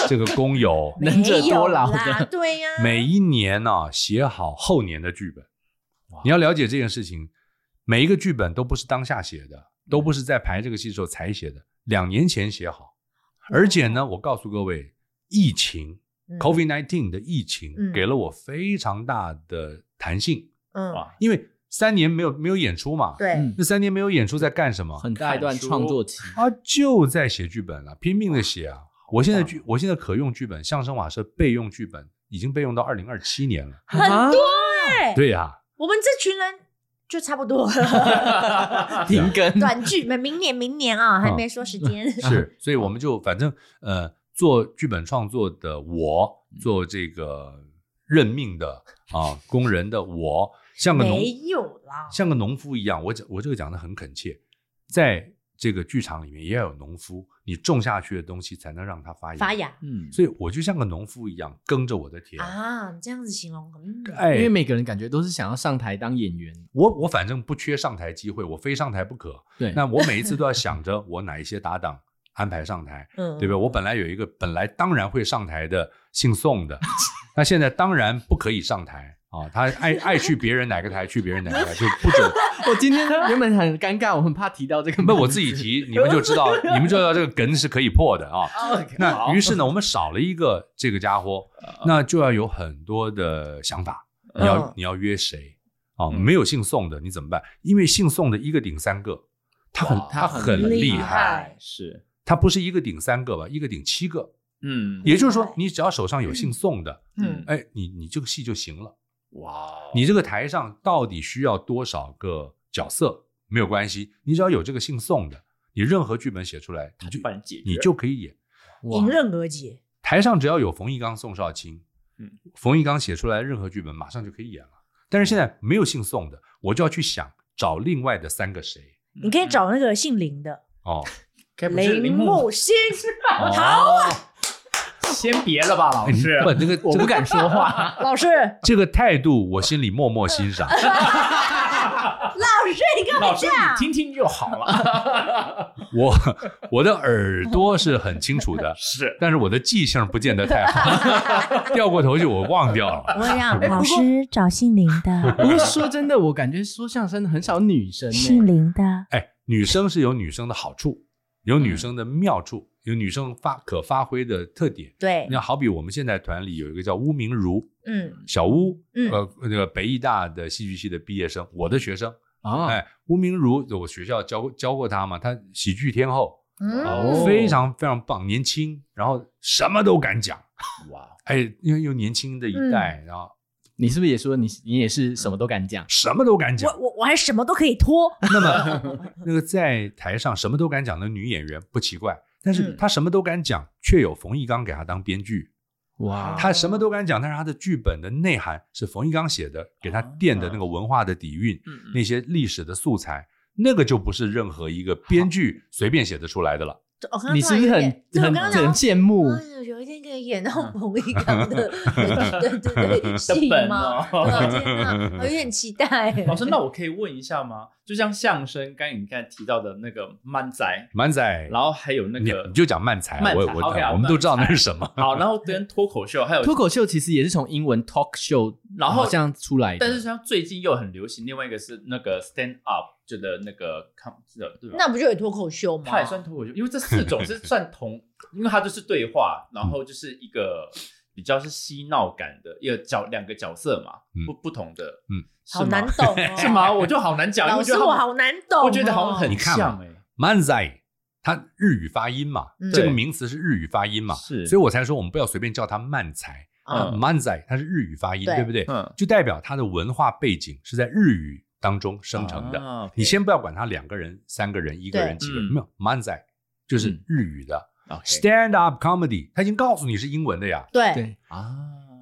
S6: 这个工友。
S5: 没
S3: 能者
S5: 有
S3: 多劳
S5: 啦
S3: 的
S5: 对呀，
S6: 每一年呢、写好后年的剧本。你要了解这件事情，每一个剧本都不是当下写的，都不是在排这个戏的时候才写的，两年前写好。而且呢，我告诉各位，疫情
S5: 嗯
S6: COVID 1 9的疫情
S5: 嗯
S6: 给了我非常大的弹性，
S5: 嗯，
S4: 哇，
S6: 因为三年没有没有演出嘛，
S5: 对
S3: 嗯，
S6: 那三年没有演出在干什么？
S3: 很大一段创作 期，
S6: 他就在写剧本了，拼命的写啊！我现在剧，我现在可用剧本，相声瓦舍备用剧本已经备用到二零二七年了。
S5: 很多哎，
S6: 对啊呀、
S5: 我们这群人就差不多 了。
S6: 嗯
S3: 啊停更，
S5: 短剧，明明年明年啊，还没说时间。
S6: 是，所以我们就反正呃，做剧本创作的我，做这个任命的啊工人的我，像个农
S5: 没有啦，
S6: 像个农夫一样，我讲我这个讲的很恳切，在这个剧场里面也要有农夫，你种下去的东西才能让它发芽。
S5: 发，芽
S3: 嗯，
S6: 所以我就像个农夫一样耕着我的田。
S5: 啊，你这样子形容，嗯，
S6: 哎，
S3: 因为每个人感觉都是想要上台当演员，
S6: 我我反正不缺上台机会，我非上台不可。
S3: 对，
S6: 那我每一次 都要想着我哪一些搭档安排上台，
S5: 嗯
S6: 对吧？我本来有一个本来当然会上台的姓宋的，那现在当然不可以上台啊，他爱爱去别人哪个台去别人哪个台就不准
S3: 我今天原本很尴尬，我很怕提到这个。
S6: 那我自己提，你们就知道，你们就知道这个梗是可以破的啊。
S4: OK，
S6: 那于是呢，我们少了一个这个家伙，
S3: 啊
S6: 那就要有很多的想法。你要
S5: 嗯
S6: 你要约谁啊？
S4: 嗯
S6: 没有姓宋的你怎么办？因为姓宋的一个顶三个，他很
S4: 哇
S6: 他
S4: 他
S6: 很
S5: 很
S6: 厉
S5: 厉
S6: 害，
S5: 害
S4: 是，
S6: 他不是一个顶三个吧，一个顶七个。
S4: 嗯，
S6: 也就是说，你只要手上有姓宋的，
S5: 嗯，
S6: 哎，你你这个戏就行了。
S4: 哇，哦
S6: 你这个台上到底需要多少个角色没有关系，你只要有这个姓宋的，你任何剧本写出来，你就
S4: 办解决，
S6: 你就可以演。
S5: 迎刃而解。
S6: 台上只要有冯一刚、宋少卿，
S4: 嗯
S6: 冯一刚写出来任何剧本马上就可以演了。但是现在没有姓宋的，我就要去想找另外的三个谁
S5: 你可以找那个姓林的
S6: 哦。
S4: 嗯该不是
S5: 林木星，
S4: 好啊，先别了吧，老师，
S6: 哎不，那个
S3: 啊 我
S6: 这
S3: 不
S6: 个
S3: 敢说话。
S5: 老师，
S6: 这个态度，我心里默默 欣赏。
S5: 老师，你干嘛
S4: 老师
S5: 这
S4: 你
S5: 样？
S4: 听听就好了，
S6: 我我的耳朵是很清 楚的，
S4: 是，
S6: 但是我的记性不见得太好，掉过头去我忘掉了。
S5: 我想老师找姓林 的，
S3: 不过说真的，我感觉说相声的很少女生欸呢、
S5: 林的，
S6: 哎，女生是有女生的好处，有女生的妙处，有女生发可发挥的特点。
S5: 对，
S6: 那好比我们现在团里有一个叫邬明如，
S5: 嗯
S6: 小邬，
S5: 嗯
S6: 呃，那个北艺大的戏剧系的毕业生，我的学生，
S3: 啊
S6: 哎，邬明如，我学校教教过他嘛，他喜剧天后，
S5: 嗯，
S6: 非常非常棒，年轻，然后什么都敢讲，
S4: 哇，哦
S6: 哎，因为又年轻的一代，
S5: 嗯
S6: 然后
S3: 你是不是也说你你也是什么都敢讲？
S6: 什么都敢
S5: 我
S6: 讲。
S5: 我我还什么都可以拖，
S6: 那么那个在台上什么都敢讲的女演员不奇怪，但是
S5: 嗯
S6: 她什么都敢讲，却有冯一刚给她当编剧，
S5: 哦
S3: 哇，
S6: 他什么都敢讲，但是他的剧本的内涵是冯一刚写的，给他
S5: 哦
S6: 垫的那个文化的底蕴，
S4: 嗯
S6: 那些历史的素材，那个就不是任何一个编剧随便写得出来的了。
S5: 我刚刚
S3: 你
S5: 突
S3: 是
S5: 然
S3: 不是
S5: 有点
S3: 很
S5: 对我
S3: 很
S5: 刚刚
S3: 很
S5: 想
S3: 羡慕？
S5: 嗯有一天可以演到冯一刚的，对对对，戏
S4: 本
S5: 吗？
S4: 哦
S5: 我天哪我有点期待。
S4: 老师，那我可以问一下吗？就像相声，刚才你刚才提到的那个漫仔，
S6: 满仔，
S4: 然后还有那
S6: 你
S4: 个
S6: 你就讲漫才，啊
S4: 漫才
S6: 我
S4: 好
S6: 我
S4: 好
S6: 我们都知道那是什么。
S4: 好， 然后跟脱口秀还有
S3: 脱口秀其实也是从英文 talk show
S4: 然后
S3: 好像出来的，
S4: 但是像最近又很流行，另外一个是那个 stand up，就的那个 com 的，对吧？
S5: 那不就有脱口秀吗？
S4: 它也算脱口秀，因为这四种 是算同，因为它就是对话，
S6: 嗯
S4: 然后就是一个比较是嬉闹感的一个角两个角色嘛，
S6: 嗯
S4: 不不同的，
S6: 嗯，
S5: 好难懂 哦，
S4: 是吗？我就好难讲，因为
S5: 老
S4: 我觉
S5: 师，
S4: 得他
S5: 我
S4: 们
S5: 好难懂哦。
S4: 我觉得好像很
S6: 你看嘛
S4: 像哎，
S6: 漫仔，它日语发音嘛
S5: 嗯，
S6: 这个
S4: 对
S6: 名词是日语发音嘛，
S4: 是
S6: 所以我才说我们不要随便叫它漫才。
S5: 啊
S4: 嗯
S6: 漫仔它是日语发音，
S5: 对
S6: 对不对？
S4: 嗯
S6: 就代表它的文化背景是在日语当中生成的。
S4: 啊，OK
S6: 你先不要管他两个人、三个人、一个人、
S5: 对
S6: 几个人，
S4: 嗯
S6: 没有漫仔就是
S4: 嗯
S6: 日语的、
S4: OK
S6: stand up comedy，他已经告诉你是英文的呀。
S5: 对，
S3: 对
S4: 啊，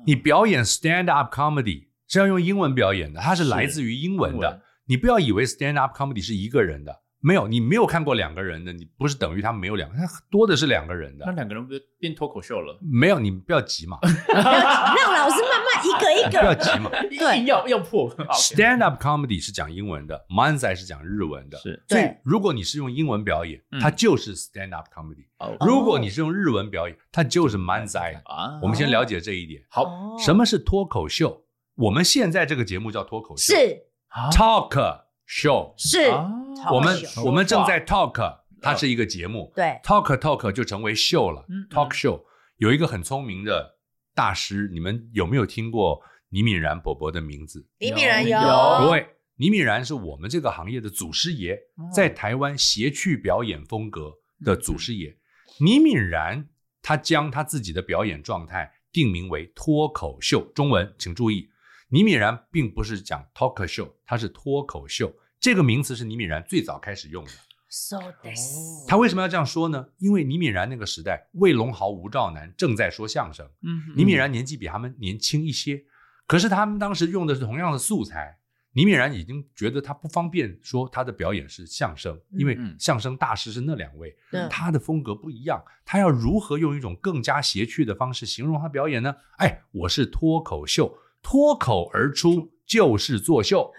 S6: 你表演 stand up comedy 是要用英文表演的，它是
S4: 是
S6: 来自于英文
S4: 英
S6: 的。
S4: 文
S6: 你不要以为 stand up comedy 是一个人的，没有，你没有看过两个人的，你不是等于他没有两个，他多的是两个人
S4: 那
S6: 的。
S4: 两个人不就变脱口秀了？
S6: 没有，你不要急嘛，
S5: 不要让老师慢慢一个一
S6: 不要
S5: 个。
S6: 急 嘛。
S5: 对
S4: 硬要要破 OK
S6: stand up comedy 是讲英文的漫才是讲日文的。
S4: 是
S6: 所以
S5: 对
S6: 如果你是用英文表演，
S4: 嗯
S6: 它就是 stand up comedy；、
S4: 哦
S6: 如果你是用日文表演，它就是漫才。
S4: 啊
S6: 我们先了解这一点。
S4: 好
S5: 哦
S6: 什么是脱口秀？我们现在这个节目叫脱口秀，
S5: 是
S4: 啊
S6: talk show。
S5: 是
S4: 啊
S5: 脱口秀
S6: 我们
S4: 秀
S6: 我们正在 talk，它是一个节目。
S5: 对
S6: talk talk 就成为秀了
S4: 嗯。
S6: talk show 有一个很聪明的大师，你们有没有听过倪敏然伯伯的名字？
S5: 李敏然
S4: 有
S6: 各
S4: 有
S6: 位，倪敏然是我们这个行业的祖师爷，
S4: 哦
S6: 在台湾谐趣表演风格
S4: 嗯
S6: 的祖师爷。倪敏然他将他自己的表演状态定名为脱口秀，中文请注意，倪敏然并不是讲 talk show，他是脱口秀。这个名词是倪敏然最早开始用的。
S5: ，so this
S6: 他为什么要这样说呢？因为倪敏然那个时代，魏龙豪、吴兆南正在说相声，
S4: 嗯
S6: 倪敏然年纪比他们年轻一些，可是他们当时用的是同样的素材。倪敏然已经觉得他不方便说他的表演是相声，因为
S4: 嗯
S6: 相声大师是那两位，
S5: 对
S6: 他的风格不一样，他要如何用一种更加谐趣的方式形容他表演呢？哎，我是脱口秀，脱口而出就是作秀，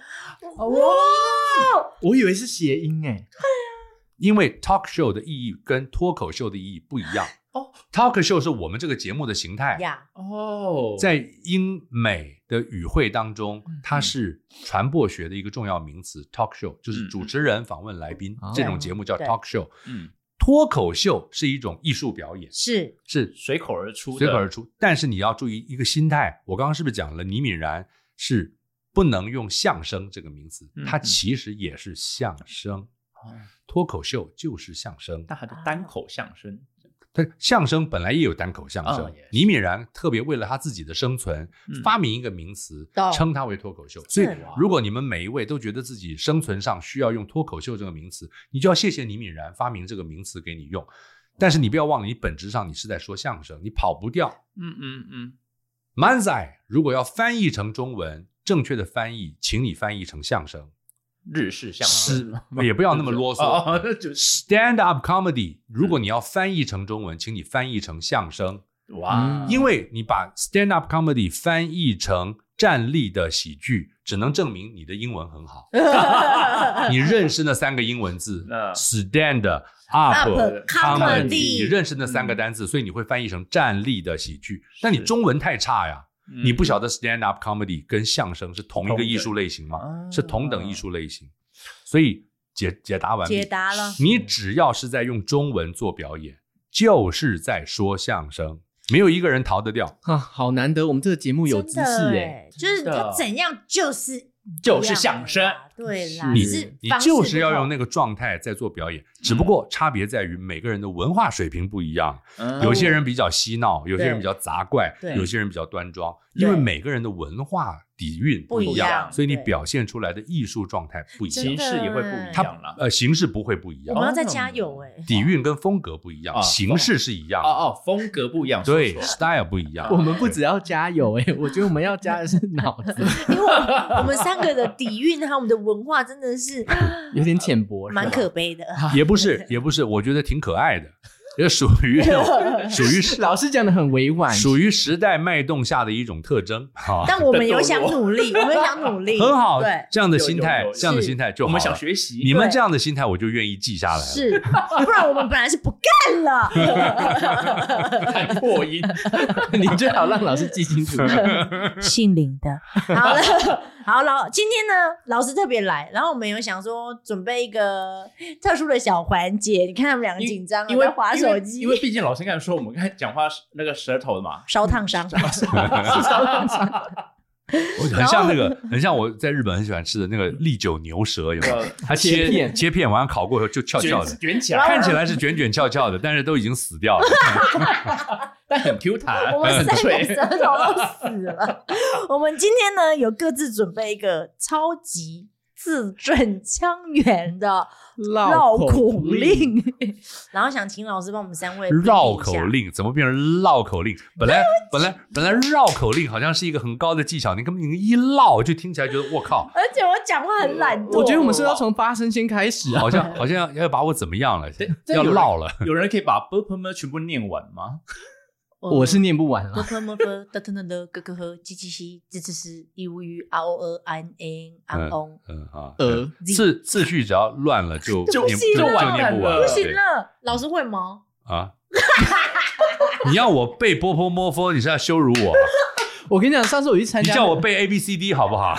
S4: 哦
S5: 哇，
S3: 我以为是谐音哎、
S6: 因为 talk show 的意义跟脱口秀的意义不一样。
S4: 哦
S6: talk show 是我们这个节目的形态，
S5: 呀，
S4: 哦，
S6: 在英美的语汇当中，它是传播学的一个重要名词。talk show 就是主持人访问来宾
S3: 嗯，
S6: 这种节目叫
S5: 对
S6: talk show。
S4: 嗯，
S6: 脱口秀是一种艺术表演，
S5: 是
S6: 是
S4: 随口而出的，
S6: 随口而出，但是你要注意一个心态。我刚刚是不是讲了，倪敏然是不能用相声这个名词
S4: 嗯，
S6: 它
S4: 嗯
S6: 其实也是相声。
S4: 哦，
S6: 脱口秀就是相声，
S4: 那他的单口相声，
S6: 他相声本来也有单口相
S4: 啊
S6: 声
S4: 也是，
S6: 倪敏然特别为了他自己的生存
S4: 嗯，哦
S6: 发明一个名词
S5: 懂，
S6: 称它为脱口秀。所以
S5: 是，
S6: 如果你们每一位都觉得自己生存上需要用脱口秀这个名词，你就要谢谢倪敏然发明这个名词给你用。但是你不要忘了，你本质上你是在说相声，你跑不掉。
S4: 嗯嗯嗯，
S6: 漫仔如果要翻译成中文，正确的翻译，请你翻译成相声。
S4: 日式相声
S6: 是也不要那么啰嗦
S4: 哦，嗯哦那嗯就是
S6: Stand up comedy，如果你要翻译成中文，请你翻译成相声。
S4: 哇，
S6: 嗯因为你把 stand up comedy 翻译成站立的喜剧，只能证明你的英文 很好。你认识那三个英文字
S4: 那
S6: ，stand up,
S5: up
S6: comedy，你
S5: comedy，
S6: 认识那三个单字，所以你会翻译成站立的喜剧。但
S4: 嗯
S6: 你
S4: 是
S6: 中文太差呀，
S4: 嗯
S6: 你不晓得 stand up comedy 跟相声是同一个艺术类型
S4: 同等
S6: 吗
S4: 啊？
S6: 是同等艺术类型，所以解解答完毕。
S5: 解答了，
S6: 你只要是在用中文做表演，就是在说相声，没有一个人逃得掉。
S3: 啊，好难得我们这个节目有知
S5: 真
S3: 识
S5: 的
S3: 哎，
S5: 哎，就是
S4: 真的
S5: 他怎样就是
S4: 就是相
S5: 一
S4: 声
S5: 样的啦，对啦，
S6: 你
S5: 只是
S6: 你
S5: 方式
S6: 就是要
S5: 不同嗯
S6: 用那个状态在做表演，只不过差别在于每个人的文化水平不一样，
S4: 嗯
S6: 有些人比较嬉闹，有些人比较杂怪
S5: 对，
S6: 有些人比较端庄，
S5: 对
S6: 因为每个人的文化底蕴
S5: 不一
S6: 一
S5: 样，
S6: 所以你
S5: 对
S6: 表现出来的艺术状态不一
S5: 真
S4: 形
S6: 样，
S5: 的
S4: 式也会不一
S6: 它
S4: 样啦。
S6: 呃形式不会不一
S5: 我
S6: 样，
S5: 们要再
S6: 哦
S5: 加油哎，
S6: 底蕴跟风格不一样
S4: 啊，
S6: 形式是一样
S4: 哦
S6: 的，
S4: 哦，风格不一样，
S6: 对
S4: 说错
S6: ，style 不一样
S3: 我。们不只要加油哎， 我觉得我们要加的是脑 子，
S5: 因为我们我们三个的底蕴还有我们的文化真的 是
S3: 有点浅薄，是吧
S5: 蛮可悲的，
S6: 也不是，也不是，我觉得挺可爱的，也属 于 属于时
S3: 老师讲的很委婉，
S6: 属于时代脉动下的一种特征哈，
S5: 但我们有想努力，我们有想努力，
S6: 啊 很好
S5: 对，，
S6: 这样的心态
S4: 有有，有
S6: 这样的心态就
S4: 我
S6: 好
S4: 们
S6: 了
S4: 想学习，
S6: 你们
S5: 对
S6: 这样的心态，我就愿意记下来了。
S5: 是，不然我们本来是不干了。
S4: 看破音，
S3: 你最好让老师记清 楚。
S5: 姓林的，好了，好老，今天呢，老师特别来，然后我们有想说准备一个特殊的小环节，你看他们两个紧张啊，
S4: 因为
S5: 在划手机
S4: 因为因，为毕竟老师刚才说我们刚才讲话是那个舌头的嘛，
S5: 烧烫伤，
S6: 我 很像那个，很像我在日本很喜欢吃的那个利酒牛舌，有没有
S4: 呃？
S6: 它
S3: 切
S6: 切
S3: 片
S6: 切片，完了烤过以后就翘翘
S4: 卷
S6: 的，
S4: 卷起
S6: 看
S4: 来，
S6: 起来是卷卷翘翘的，但是都已经死 掉了。
S4: 但很 Q 弹，
S5: 我们
S4: 很
S5: 三个
S4: 脆
S5: 舌头都死了。我们今天呢，有各自准备一个超级字正腔圆的绕口令，然后想请老师帮我们三位
S6: 绕
S5: 比一下
S6: 口。令怎么变成绕口令？本来本来本来绕口令好像是一个很高的技巧，你根本你一绕就听起来觉得我靠，
S5: 而且我讲话很懒惰，
S3: 我觉得我们是不是要从发声先开始啊，
S6: 好像好像要把我怎么样了
S4: 对，这
S6: 要
S4: 有人
S6: 绕了。
S4: 有人可以把 b u r p m 全部念完吗？
S5: 哦
S3: 我是念不完
S5: 么
S3: 了。
S5: 呵么呵的腾腾的咯咯呵叽叽西吱吱吱一乌鱼啊哦呃安 n 安 on，
S6: 嗯啊，
S3: 呃，
S6: 次次序只要乱了就
S4: 就
S6: 念
S5: 不行
S6: 就
S5: 了
S6: 就念不完
S5: 不
S6: 了。
S5: 行
S6: 对
S5: 了，老师会吗？
S6: 啊！你要我背波波摸佛，你是要羞辱我？
S3: 我跟你讲，上次我去参
S6: 你
S3: 加
S6: 叫我背 A B C D 好不好？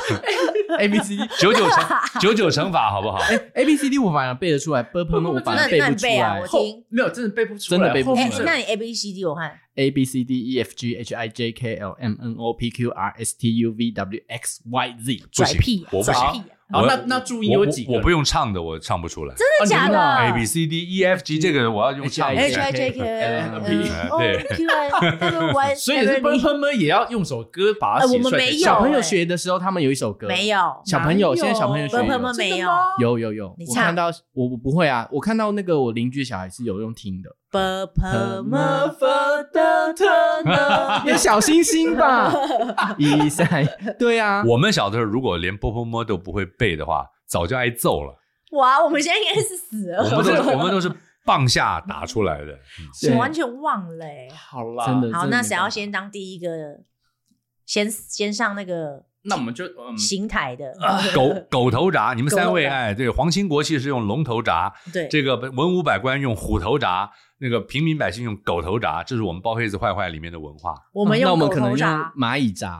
S3: A B C D，
S6: 九九乘九九乘法好不好？
S3: 哎，A B C D 我反而背得出来 b u r p 我反
S5: 那
S3: 而背
S5: 那
S3: 不
S5: 你
S3: 出
S5: 背啊，
S3: 来
S5: 我
S4: 后
S5: 听。
S4: 没有，真的背不出来，
S3: 真的背不出来
S5: 哎
S4: 后，面
S5: 那你 A B C D 我看
S3: A B C D E F G H I J K L M N O P Q R S T U V W X Y Z，
S6: 不
S5: 拽
S6: 行
S5: 屁，
S6: 我不
S5: 拽
S6: 行
S5: 屁，
S4: 好，
S6: 我
S4: 那那注音
S6: 我
S4: 有
S6: 我
S4: 几个？
S6: 我不用唱的，我唱不出来。
S5: 真的假的
S3: 啊
S6: A B C D E F G 这个我要用唱的。
S5: H I J K L
S3: L
S4: P，
S5: O Q I W Y，
S4: 所以是 b u r p m 也要用首歌把它写出
S5: 哎呃我们
S4: 来
S5: 没
S4: 才
S5: 有
S4: 叫。
S3: 小朋友学的时候，他们有一首歌，
S5: 没有，
S3: 小朋友，现在小朋友学
S5: 不不
S3: 有
S5: 不，没有，
S3: 有有有
S5: 你，
S3: 我
S5: 唱
S3: 看到我我不会啊，我看到那个我邻居小孩是有用听 的，
S5: 不不么不的特呢，
S3: 有小星星 吧，一三，对啊，
S6: 我们小的时候如果连波波摸都不会背的话，早就挨揍 了。
S5: 哇，我们现在应该是死
S6: 我们都是
S5: 了，
S6: 我们都是棒下打出 来的。
S5: 我
S3: 啊
S5: 完全忘了欸。
S4: 好啦，
S3: 真的
S5: 好，那谁要
S3: 没办法
S5: 先当第一个？先先上那个
S4: 那我们就嗯，
S5: 邢台的，
S6: 狗狗头铡，你们
S5: 狗头
S6: 三位
S5: 铡
S6: 哎，对，皇亲国戚是用龙头铡，
S5: 对，
S6: 这个文武百官用虎头铡，那个平民百姓用狗头铡，这是我们包黑子坏坏里面的文化。
S5: 我
S4: 啊
S5: 们
S3: 那我
S5: 用
S3: 们
S5: 狗
S3: 可
S5: 头啊
S3: 能用
S5: 铡，
S3: 蚂蚁扎，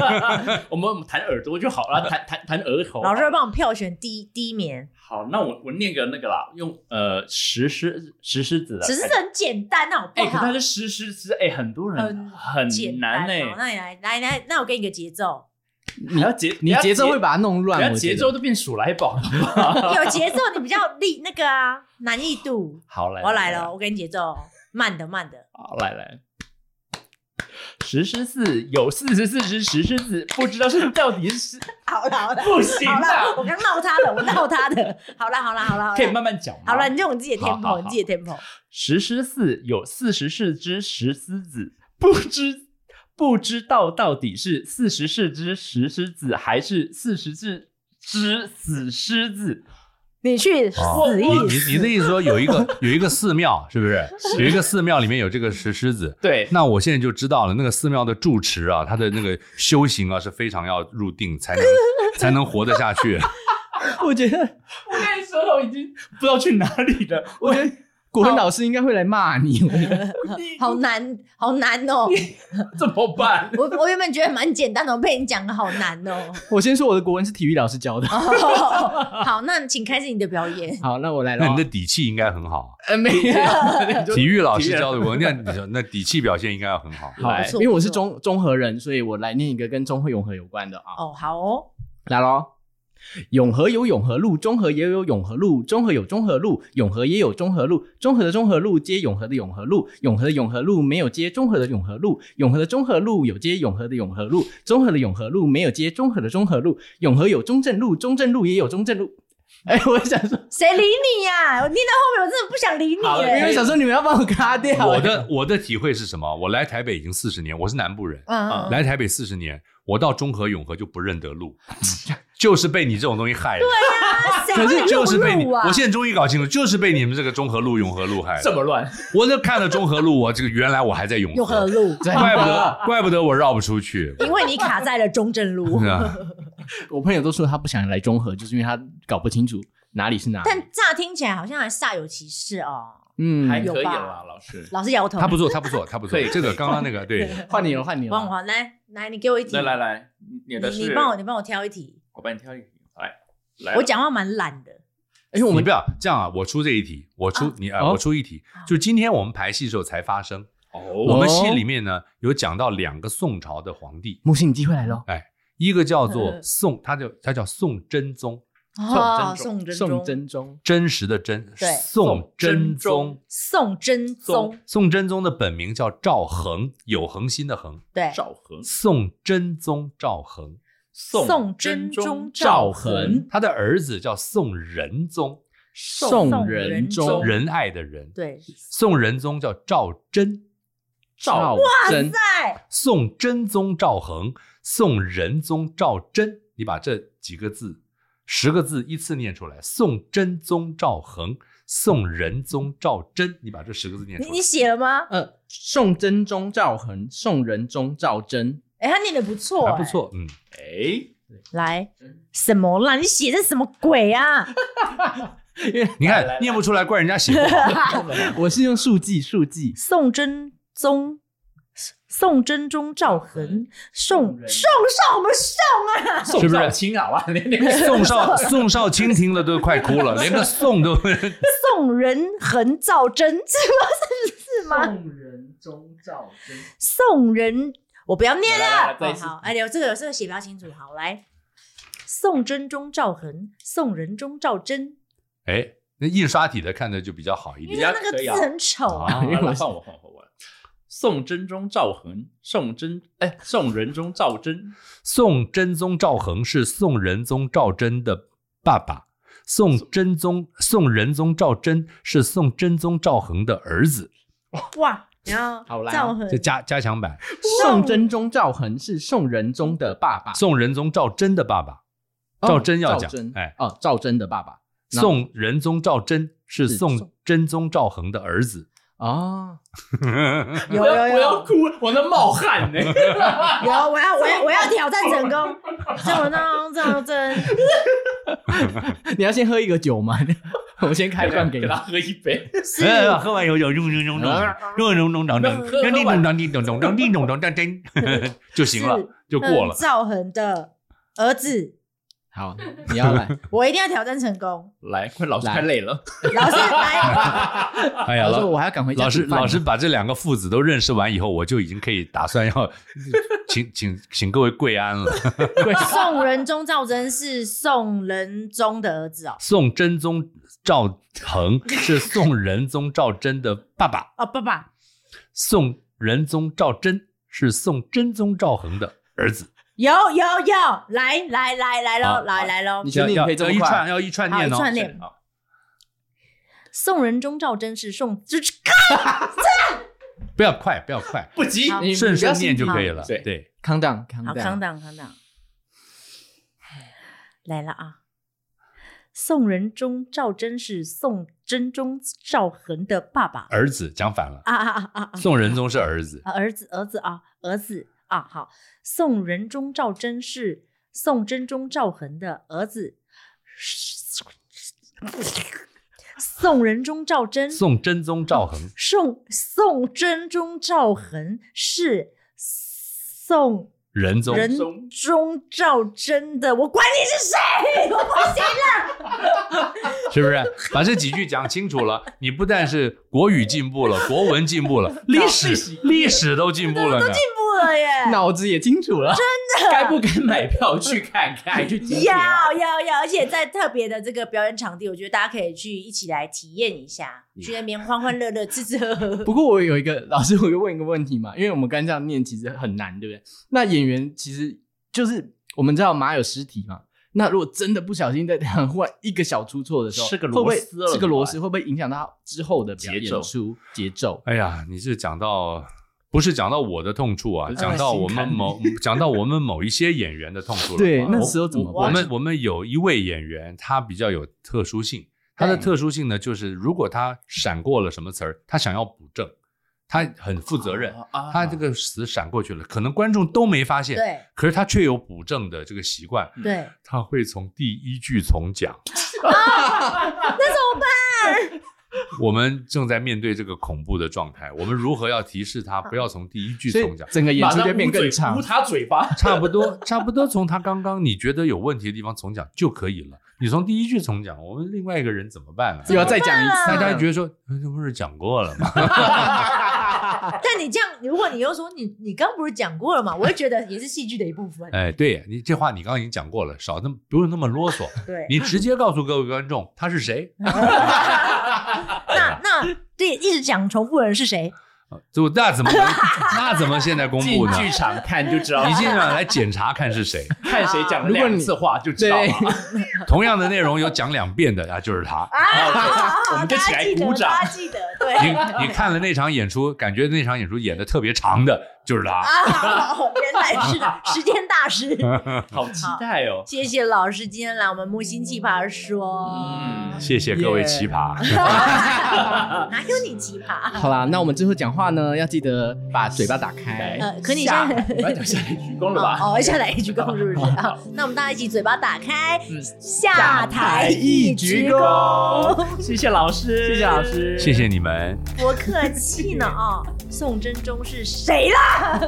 S4: 我们我们谈耳朵就好了，谈谈谈额头。
S5: 老师会帮我们票选第一第一名。
S4: 好，那我我念个那个啦，用呃石狮石狮子的，
S5: 只是这很简单，那我不
S4: 哎，可是
S5: 哦好
S4: 它是石狮子，哎，很多人
S5: 很
S4: 很
S5: 简单
S4: 难哎欸
S5: 哦。
S4: 呢。
S5: 那你来来来，那我给你个节奏，
S4: 你要节
S3: 你节奏会
S4: 把
S3: 把它弄
S4: 你
S3: 乱。
S4: 要
S3: 我觉
S4: 节
S3: 得
S4: 奏都变数来宝。
S5: 有节奏你比较力那个啊，难易度。
S4: 好来，
S5: 我来了，，我给你节奏，哦慢的慢的。
S4: 好来来。石狮子有四十四只石狮子，不知道是到底是
S5: 好了好了
S4: 不行
S5: 好了，
S4: 啊，
S5: 我刚闹他的，我闹他的。好了好了好了，
S4: 可以慢慢讲吗。
S5: 好了，你用你自己的
S4: 好好
S5: tempo，
S4: 好
S5: 你自己的 tempo。
S4: 石狮寺有四十四只石狮子，不知不知道到底是四十四只石狮子，还是四十四只死狮子。
S5: 你去
S4: 哦
S5: 死
S6: 你
S5: 一
S6: 你你的意思说有一 个有一个寺庙是不是？有一个寺庙里面有这个石狮子。
S4: 对，
S6: 那我现在就知道了，那个寺庙的住持啊，他的那个修行啊是非常要入定才 能才能活得下 去。
S3: 我觉得，
S4: 我跟你说，我已经不知道去哪里了。
S3: 我觉得国文老师应该会来骂你。我觉得
S5: 好难好难哦。
S4: 怎么办？
S5: 我我原本觉得蛮简单的，我被你讲的好难哦。
S3: 我先说我的国文是体育老师教的。
S5: 哦好，那请开始你的表演。
S3: 好，那我来了
S6: 那
S3: 哦。
S6: 你的底气应该很 好，
S3: 呃没有，
S6: 体育老师教的 我，那你说那底气表现应该要很 好。
S3: 好
S4: 来
S5: 不，错
S3: 因为我是
S5: 不错
S3: 中中和人，所以我来念一个跟中和永和有关的啊。
S5: 哦，好哦。
S3: 来喽。永和有永和路，中和也有永和路，中和有中和路，永和也有中和路，中和的中和路接永和的永和路，永和的永和路没有接中和的永和路，永和的中和路有接永和的永和路，中和的永和路没有接中和的中和路，永和有中正路，中正路也有中正路。 哎，我想 说，
S5: 谁理你呀、我念到后面，我真的不想理你
S4: 好了
S5: 耶
S3: 因为想说你们要帮我卡掉。
S6: 我的我的体会是什么？我来台北已经四十年，我是南部人，
S5: 嗯，
S6: 啊来台北四十年，我到中和永和就不认 得路， 就是被你这种东西害的。
S5: 啊谁
S6: 可是
S5: 会
S6: 就是被你，
S5: 录啊？
S6: 我现在终于搞清楚，就是被你们这个中和路、永和路害
S4: 这
S6: 的。
S4: 么乱？
S6: 我就看了中和路，我这个原来我还在永
S5: 又何
S6: 和，
S5: 路？
S3: 真
S6: 怪不
S3: 的，
S6: 得怪不得我绕不出去。
S5: 因为你卡在了中正路
S6: 是。啊
S3: 我朋友都说他不想来中和，就是因为他搞不清楚哪里是哪里。
S5: 但乍听起来好像还煞有其事哦。
S3: 嗯，
S4: 还可以
S5: 有吧
S4: 啦，老师。
S5: 老师摇头，
S6: 他不错，他不错，他不错
S4: 可以。
S6: 这个刚刚那个对，
S3: 换你了，换你了
S5: 王。华，来来，你给我一题，
S4: 来来来，你的
S5: 你
S4: 是
S5: 你帮我，，你帮我挑一题。
S4: 我帮你挑一个。来，来，
S5: 我讲话蛮懒的，
S3: 哎，我
S6: 我们
S3: 们
S6: 不要这样啊！我出这一题，我出你啊，
S3: 哦
S6: 我出一题，就是今天我们排戏的时候才发生。我
S4: 哦，
S6: 们戏里面呢有讲到两个宋朝的皇帝，
S3: 木星你机会来喽。
S6: 一个叫做
S5: 嗯
S6: 宋，他叫他叫宋真宗，
S5: 哦，
S4: 宋
S5: 宋真
S3: 宋
S5: 宗，
S3: 真宗，
S6: 真实的真，
S5: 对
S6: 宋真宗。
S5: 宋真宗，
S6: 宋真宗的本名叫赵恒，有恒心的恒。
S5: 对，
S4: 赵恒，
S6: 宋真宗赵恒，
S5: 宋真宗
S4: 赵
S5: 赵
S4: 恒
S5: 恒，
S6: 他的儿子叫宋仁宗，
S3: 宋仁
S5: 仁
S3: 宗
S5: 宗，
S6: 仁爱的仁。
S5: 对，
S6: 宋仁宗叫赵祯，
S3: 赵真，
S5: 在
S6: 宋真宗赵恒，宋仁宗赵祯。你把这几个字，十个字依次念出来：宋真宗赵恒，宋仁宗赵祯。你把这十个字念
S5: 你
S6: 出
S5: 你
S6: 来。
S5: 写了吗？
S3: 呃，宋真宗赵恒，宋仁宗赵祯，
S5: 哎，他念的不错，
S6: 还不。错，嗯，
S4: 哎，
S5: 来，什么啦？你写的什么鬼啊？
S6: 你
S4: 来来来
S6: 看念不出来，怪人家写不好。
S3: 哎 我是用数记数记，
S5: 宋真宗、宋真宗赵恒、宋
S3: 宋
S5: 宋少我们宋
S4: 宋少卿啊，哇，连连
S6: 宋少宋少卿听了都快哭了，连个宋都
S5: 宋仁恒赵 祯，是吗？是吗？
S3: 宋仁宗赵祯，
S5: 宋仁，我不要念
S4: 来来来
S5: 了。
S4: 再一
S5: 哦
S4: 次
S5: 好，哎呦，这个这个写不要清楚。好，来，宋真宗赵恒、宋仁宗赵祯，
S6: 哎，那印刷体的看着就比较好一
S5: 因
S6: 点
S5: 为
S4: 较
S5: 那个
S4: 可以
S5: 字
S4: 啊
S5: 很丑 啊。
S6: 啊
S4: 啊，。来换我换我换我。宋真宗赵恒，宋真哎，宋仁宗赵祯，
S6: 宋真宗赵恒是宋仁宗赵祯的爸爸，宋真宗宋仁宗赵祯是宋真宗赵恒的儿子，
S5: 哇，然
S3: 好
S5: 后
S3: 来啊
S4: 哦
S5: 赵恒
S6: 这加加强版。
S3: 宋真宗赵恒是宋仁宗的爸爸，
S6: 宋仁宗赵祯的爸爸，赵祯要
S3: 哦赵
S6: 讲
S3: 祯，，
S6: 哎，
S3: 哦，赵祯的爸爸，那
S6: 宋仁宗赵祯是
S3: 是
S6: 宋
S3: 宋
S6: 真宗赵恒的儿子。
S3: 哦，
S5: 有
S4: 我要
S5: 有
S4: 我要
S5: 有
S4: 哭，我在冒汗呢。
S5: 有，我要我要我要挑战成功，宋仁宗赵祯。
S3: 你要先喝一个酒吗？ 我们先开罐给
S4: 给
S3: 你
S4: 他。喝一杯。
S5: 是
S6: 呃，喝完有酒，咚咚咚咚，咚咚咚咚咚，咚叮咚咚叮咚咚咚叮咚咚咚叮，就行了，就过了
S5: 嗯。赵恒的儿子，
S3: 好，你要来，
S5: 我一定要挑战成功。
S4: 来，快，老师
S3: 来
S4: 太累了。
S5: 老师来，
S6: 哎呀，
S3: 老师，
S6: 老
S3: 我还要赶回家
S6: 老师
S3: 煮饭呢
S6: 老师把这两个父子都认识完以后，我就已经可以打算要请请请各位跪安了。
S5: 宋仁宗赵祯是宋仁宗的儿子哦。
S6: 宋真宗赵恒是宋仁宗赵祯的爸爸，
S5: 哦，爸爸，
S6: 宋仁宗赵祯是宋真宗赵恒的儿子。
S5: 有有有，来来来来
S6: 好
S5: 喽，来来喽
S3: 你。确
S6: 要
S3: 定
S6: 要
S3: 可以这
S6: 要
S3: 么
S6: 一串
S3: 快？
S6: 要一串
S5: 好
S6: 念
S5: 一
S6: 哦，
S5: 串念
S6: 好
S5: 宋仁宗赵祯是宋，就是
S6: 不要快，不要快，
S4: 不急，
S5: 好
S3: 你
S6: 顺顺念
S3: 你
S6: 就
S3: 不要
S6: 可以
S3: 心
S6: 了。
S4: 对
S6: 对，
S3: 扛档，扛
S5: 好，
S3: 档，
S5: 康档康档，来了啊！宋仁宗赵祯是宋真宗赵恒的爸爸
S6: 儿子讲反了，
S5: 啊啊啊啊啊！
S6: 宋仁宗是儿子，
S5: 啊，儿子，儿子啊，儿子啊，好，宋仁宗赵祯是宋真宗赵恒的儿子，宋仁宗赵祯，
S6: 宋真宗赵恒
S5: 宋宋真宗赵恒是宋
S6: 仁宗
S5: 仁宗赵祯的，我管你是谁，我不行了，
S6: 是不是？把这几句讲清楚了，你不但是国语进步了，国文进步了，历史历史都进步了呢。
S5: 进步了耶。
S3: 脑子也清楚了，
S4: 真的？该不该买票去看看？去今天啊
S5: 要要要！而且在特别的这个表演场地，我觉得大家可以去一起来体验一下，去那边欢欢乐乐、吃吃喝喝。
S3: 不过我有一个老师，我就问一个问题嘛，因为我们刚这样念其实很难，对不对？那演员其实就是我们知道马有尸体嘛，那如果真的不小心在这样忽然一个小出错的时候，
S4: 是个
S3: 会不会
S4: 螺丝了
S3: 是个螺丝，会不会影响到之后的表演
S4: 节奏
S3: 出节奏？
S6: 哎呀，你是讲到不是讲到我的痛处啊，
S4: 不是
S6: 讲到我
S4: 心
S6: 们
S4: 坎
S6: 某 讲到我们某一些演员的痛处了。
S3: 对
S6: 我
S3: 那时候怎么
S6: 我我们我们有一位演员，他比较有特殊性，他的特殊性呢，就是如果他闪过了什么词儿，他想要补正，他很负责任，
S4: 啊
S6: 他这个词闪过去了，可能观众都没发现，
S5: 对
S6: 可是他却有补正的这个习惯，
S4: 嗯
S5: 对，
S6: 他会从第一句重讲。我们正在面对这个恐怖的状态，我们如何要提示他不要从第一句
S3: 所以
S6: 重讲？
S3: 整个演
S4: 马
S3: 出
S4: 上
S3: 就变
S4: 捂嘴
S3: 更长
S4: 捂。他嘴 巴。
S6: 差不多，差不多从他刚刚你觉得有问题的地方重讲就可以了。你从第一句重讲，我们另外一个人怎么办呢、啊
S3: 又要再讲一次，
S6: 大家觉得说，呃这不是讲过了吗？
S5: 但你这样，如果你又说你你刚不是讲过了嘛，我会觉得也是戏剧的一部分。
S6: 哎，对你这话你刚刚已经讲过了，少那么不用那么啰嗦，
S5: 对，
S6: 你直接告诉各位观众他是谁。
S5: 那那对一直讲重复的人是谁？
S6: 就那怎么能那怎么现在公
S4: 进
S6: 布呢？
S4: 剧场看就 知道，
S6: 你现在来检查看是谁。
S4: 看谁讲了
S3: 如果你
S4: 两次话就知道了。
S6: 同样的内容有讲两遍的，啊，就是他。
S4: 啊 对我们就起来鼓掌
S5: 啊大。家记得， 大家记得，对。
S6: 你你看了那场演出，感觉那场演出演的特别长的，就是他。
S5: 啊，原来是时间 大师。
S4: 好期待哦！
S5: 谢谢老师今天来我们木星奇葩说，
S4: 嗯，
S6: 谢谢各位奇葩。
S5: 哪有你奇葩？
S3: 好啦，那我们最后讲话呢，要记得把嘴巴打开。
S5: 呃可你
S4: 下
S5: 现在
S4: 我要讲下来鞠躬了吧？
S5: 哦，哦下来一鞠 躬是不是？好，那我们大家一起嘴巴打开，
S4: 嗯
S5: 下台
S3: 一
S5: 一
S3: 鞠
S5: 鞠
S3: 躬
S5: 躬。
S4: 谢谢老师，谢谢老师
S6: 谢谢你们。
S5: 多客气呢啊、宋真宗是谁啦？